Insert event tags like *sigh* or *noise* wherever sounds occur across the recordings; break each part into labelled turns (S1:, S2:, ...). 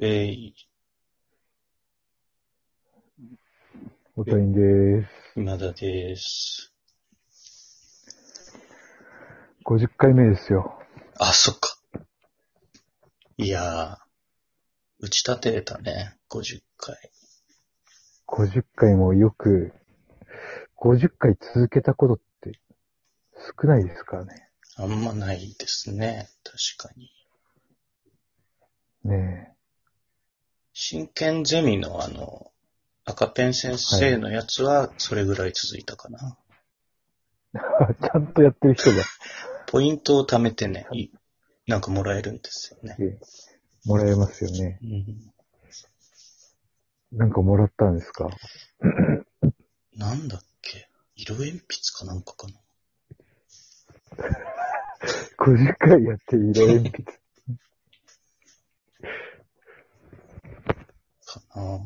S1: えー、
S2: おたいんです。
S1: 今田です。
S2: 50回目ですよ。
S1: あ、そっか。いやー、打ち立てたね、50回。
S2: 50回もよく、50回続けたことって少ないですからね。
S1: あんまないですね、確かに。
S2: ね
S1: 真剣ゼミのあの、赤ペン先生のやつは、それぐらい続いたかな。
S2: え。ちゃんとやってる人が、
S1: ポイントを貯めてね、いなんかもらえるんですよね。
S2: ええもらえますよね。
S1: うん。
S2: なんかもらったんですか
S1: なんだっけ色鉛筆かなんかかな
S2: ?50 回やって色鉛筆。
S1: かな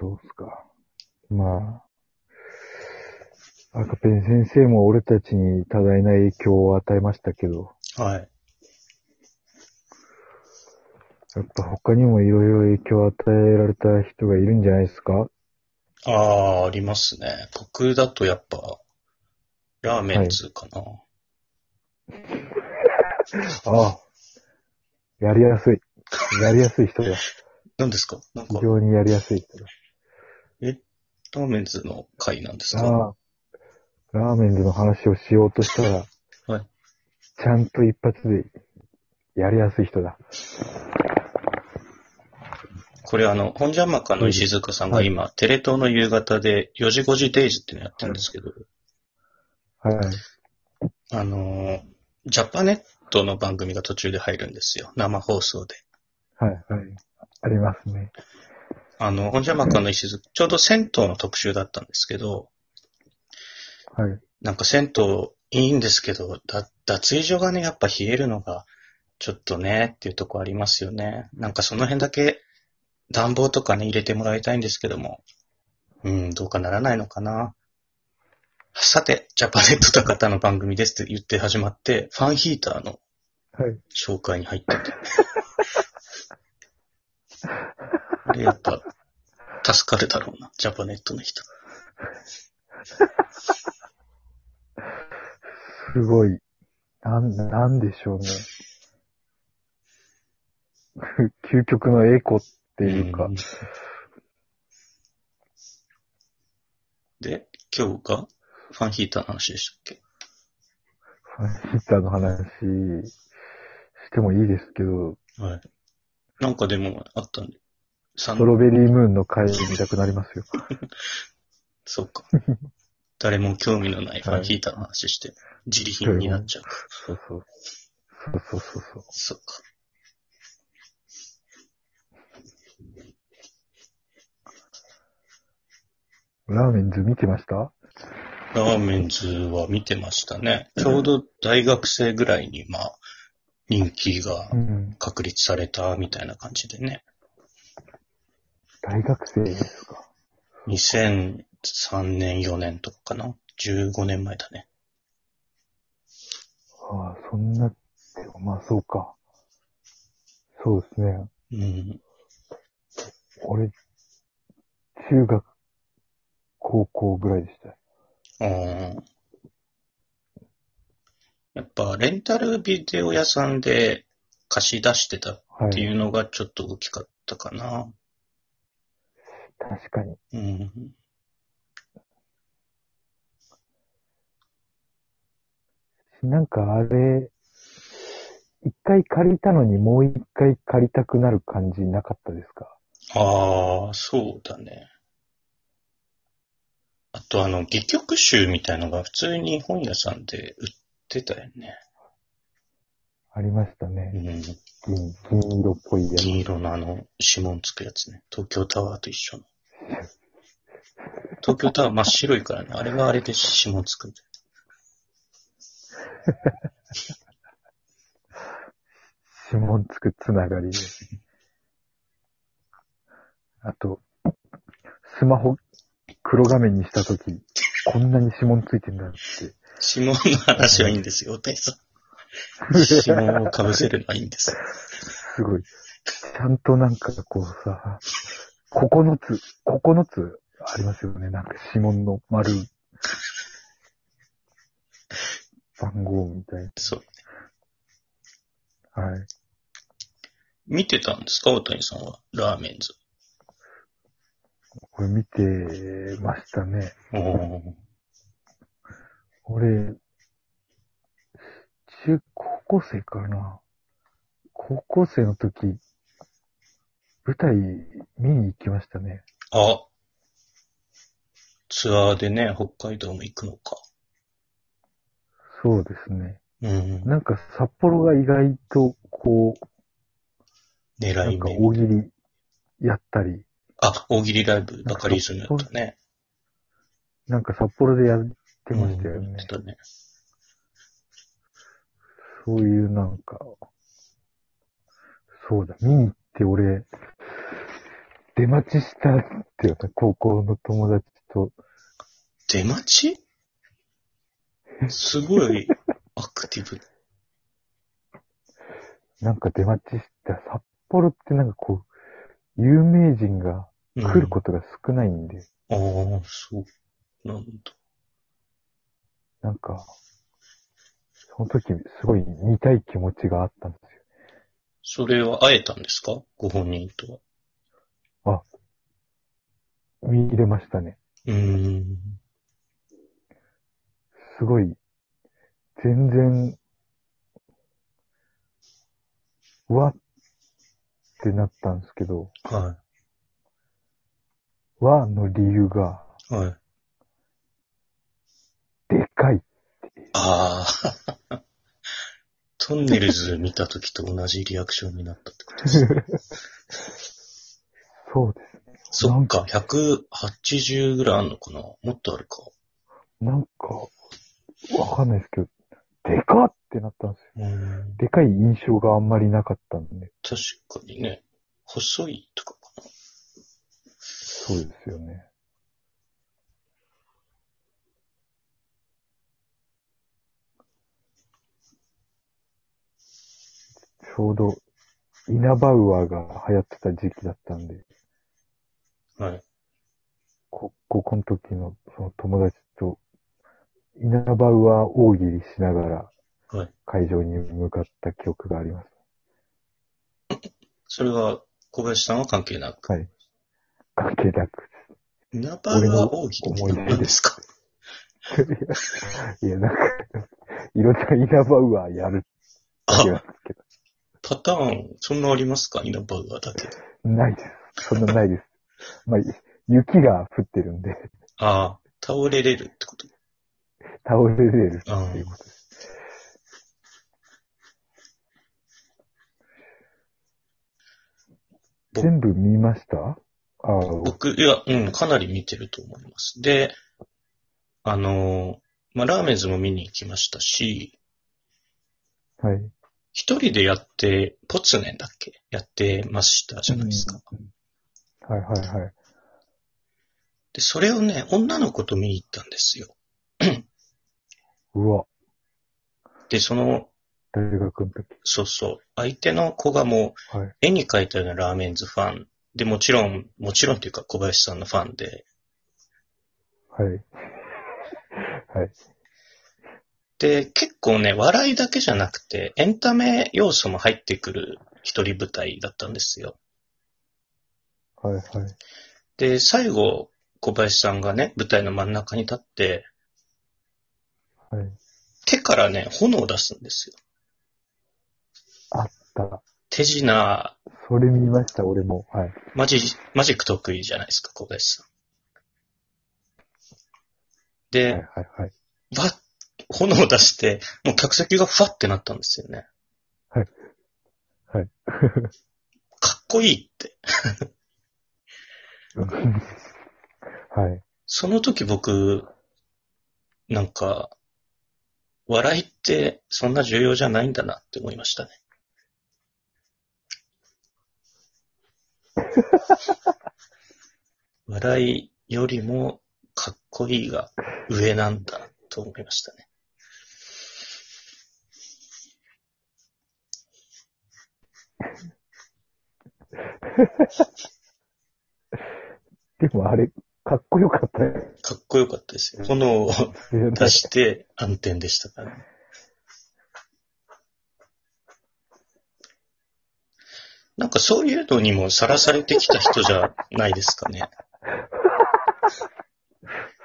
S2: そうっすか。まあ、赤ペン先生も俺たちに多大な影響を与えましたけど、
S1: はい。
S2: やっぱ他にもいろいろ影響を与えられた人がいるんじゃないですか
S1: ああ、ありますね。僕だとやっぱ、ラーメンズかな、
S2: ああ。やりやすい。やりやすい *laughs* 人だ。
S1: なんですかなん
S2: 非
S1: か、
S2: 常にやりやすい人
S1: ラーメンズの会なんです
S2: だ。
S1: か
S2: ああ。ラーメンズの話をしようとしたら、
S1: はい
S2: ちゃんと一発で、やりやすい人だ。
S1: これあの、本邪魔かの石塚さんが今、テレ東の夕方で4時5時デイズっていうのやってるんですけど、
S2: はい。
S1: あのー、ジャパネットの番組が途中で入るんですよ。生放送で。
S2: はい、はい。ありますね。
S1: あの、本邪魔かの石塚、ちょうど銭湯の特集だったんですけど、
S2: はい。
S1: なんか銭湯いいんですけど、だ脱衣所がね、やっぱ冷えるのが、ちょっとね、っていうとこありますよね。なんかその辺だけ、暖房とかね、入れてもらいたいんですけども。うん、どうかならないのかな。さて、ジャパネット高田の番組ですって言って始まって、ファンヒーターの
S2: はい。
S1: 紹介に入ったんだよね。あれやっぱ、助かるだろうな、ジャパネットの人。
S2: すごい。なん、なんでしょうね。 *laughs* ふ究極のエコっていうか
S1: ん。で、今日がファンヒーターの話でしたっけ
S2: ファンヒーターの話してもいいですけど、
S1: はい。なんかでもあったんで、サ
S2: ストロベリームーンの回見たくなりますよ。
S1: そうか。 *laughs* 誰も興味のないファンヒーターの話して、自利品になっちゃう。
S2: そうそう。そうそうそうそう。
S1: そうか。
S2: ラーメンズ見てました
S1: ラーメンズは見てましたね。ちょうど大学生ぐらいに、まあ、人気が
S2: うん。
S1: 確立されたみたいな感じでね。
S2: 大学生ですか。
S1: 2003年、4年とかかな。15年前だね。
S2: ああ、そんな、でもまあそうか。そうですね。
S1: うん。
S2: 俺、中学、高校ぐらいでした。
S1: うんやっぱ、レンタルビデオ屋さんで貸し出してたっ
S2: は
S1: てい
S2: い。
S1: うのがちょっと大きかったかな。
S2: 確かに。
S1: うん。
S2: なんかあれ、一回借りたのにもう一回借りたくなる感じなかったですか
S1: ああ、そうだね。あと、あの、戯曲集みたいのが普通に本屋さんで売ってたよね。
S2: ありました
S1: うん。
S2: ね。銀、銀色っぽいやつ。
S1: 銀色のあの、指紋つくやつね。東京タワーと一緒の。東京タワー真っ白いからね。あれはあれで指紋つくんだよ。
S2: 指紋つくつながりで。あと、スマホ黒画面にしたとき、こんなに指紋ついてんだって。
S1: 指紋の話はいいんですよ、お手さん。指紋を被せるのはいいんです。
S2: すごい。ちゃんとなんかこうさ、9つ、9つありますよね。なんか指紋の丸い。番号みたい
S1: そう。
S2: な。はい。
S1: 見てたんですか大谷さんは。ラーメンズ。
S2: これ見てましたね。
S1: おお。
S2: 俺、中、高校生かな。高校生の時、舞台見に行きましたね。
S1: あ。ツアーでね、北海道も行くのか。
S2: そうですね。
S1: うん。
S2: なんか札幌が意外とこう、な
S1: 狙
S2: ん
S1: い
S2: か
S1: 目。
S2: 大喜利やったり、
S1: あ、大喜利ライブ、バカリズムやったね。
S2: なんか札幌でやってました
S1: う
S2: よ
S1: ん
S2: ね
S1: やって。たね。
S2: そういうなんか、そうだ、見に行って俺、出待ちしたっていうか、高校の友達と、
S1: 出待ちすごいアクティブ。
S2: なんか出待ちした、札幌ってなんかこう、有名人が
S1: うん
S2: 来ることが少ないんで、
S1: ああ、そう。なんだ。
S2: なんか、その時すごい見たい気持ちがあったんですよ。
S1: それは会えたんですかご本人とは。
S2: 見入れましたね。
S1: うーん。
S2: すごい、全然、うわってなったんですけど、
S1: は
S2: わの理由が、
S1: い。はい。
S2: でかい。
S1: ああ。 *laughs* トンネルズ見た時と同じリアクションになったってことですね。
S2: そうです。
S1: そっか、180ぐらいあんのかなもっとあるか。
S2: なんか、わかんないですけど、でかってなったんですよ。
S1: うん。
S2: でかい印象があんまりなかったんで、
S1: 確かにね。細いとかかな。
S2: そうですよね。ちょうど、イナバウアーが流行ってた時期だったんで、
S1: はい。
S2: こ、高校の時のその友達と、イナバウアー大喜利しながら
S1: はい、
S2: 会場に向かった記憶があります。
S1: それは、小林さんは関係なく。
S2: はい関係なく。
S1: ナバウは大喜利って何なんですか
S2: いや、なんか、いろんなイナバウアーやるって
S1: あ
S2: 言、うんですけ
S1: パターン、そんなありますかイナバウアーだけ。
S2: ど、ないです。そんなないです。まあ、雪が降ってるんで、
S1: ああ、倒れれるってこと
S2: 倒れれる
S1: あ
S2: っていうことです。
S1: ぼ
S2: 全部見ましたああ、
S1: 僕、いや、うん、かなり見てると思います。で、あのーまあ、ラーメンズも見に行きましたし、
S2: はい。
S1: 一人でやって、ポツネンだっけやってましたじゃないですか。
S2: はいはいはい。
S1: で、それをね、女の子と見に行ったんですよ。
S2: うわ、
S1: で、その、
S2: 大学の時。
S1: そうそう、相手の子がも
S2: は
S1: う、絵に描いたようなラーメンズファン。で、もちろん、もちろんというか小林さんのファンで、
S2: い。 *laughs* はい。はい。
S1: で、結構ね、笑いだけじゃなくて、エンタメ要素も入ってくる一人舞台だったんですよ。
S2: はいはい。
S1: で、最後、小林さんがね、舞台の真ん中に立って、
S2: はい。
S1: 手からね、炎を出すんですよ。
S2: あった。
S1: 手品、
S2: それ見ました、俺も。はい。
S1: マジ、マジック得意じゃないですか、小林さん。
S2: はい
S1: で、
S2: はいはい。
S1: ば、炎を出して、もう客席がふわってなったんですよね。
S2: はい。はい。
S1: かっこいいって。
S2: *laughs* はい。
S1: その時僕、なんか、笑いってそんな重要じゃないんだなって思いましたね。笑いよりもかっこいいが上なんだと思いましたね。
S2: でもあれ、かっこよかったで
S1: かっこよかったですよ。炎を
S2: すよね。
S1: 出して暗転でしたから、ね。なんかそういうのにもさらされてきた人じゃないですかね。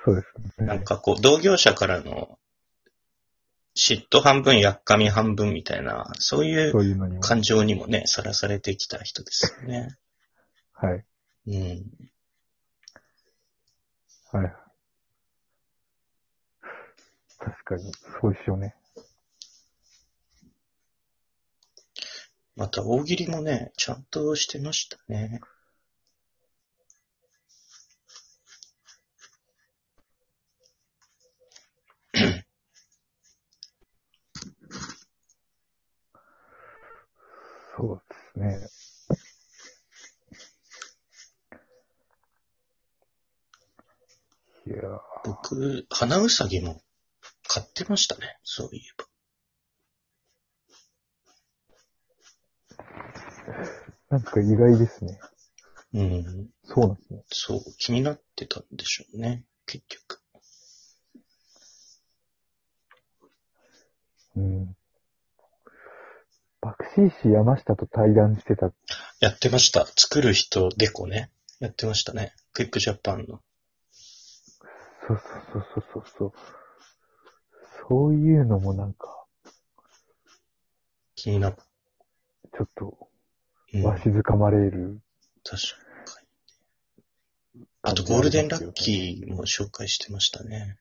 S2: そうです
S1: なん
S2: ね。
S1: かこう、同業者からの嫉妬半分、やっかみ半分みたいな、そういう
S2: そういうのにも。
S1: 感情にもね、さらされてきた人ですよね。
S2: はい。
S1: うん。
S2: はい。確かに、そうですよね。
S1: また大喜利もね、ちゃんとしてましたね。
S2: そうですね。いやー
S1: 僕、花うさぎも買ってましたね、そういえば。
S2: なんか意外ですね。
S1: うん。
S2: そうなんですね。
S1: そう、気になってたんでしょうね、結局。
S2: うん。バクシー氏山下と対談してた。
S1: やってました。作る人、デコね。やってましたね。クイックジャパンの。
S2: そうそうそうそうそうそう。そういうのもなんか、
S1: 気になっ
S2: ちょっと、
S1: うん、
S2: わしづかまれる
S1: 確かに。あ
S2: 感
S1: と、
S2: じが
S1: ゴー
S2: りますよね、
S1: ルデンラッキーも紹介してましたね。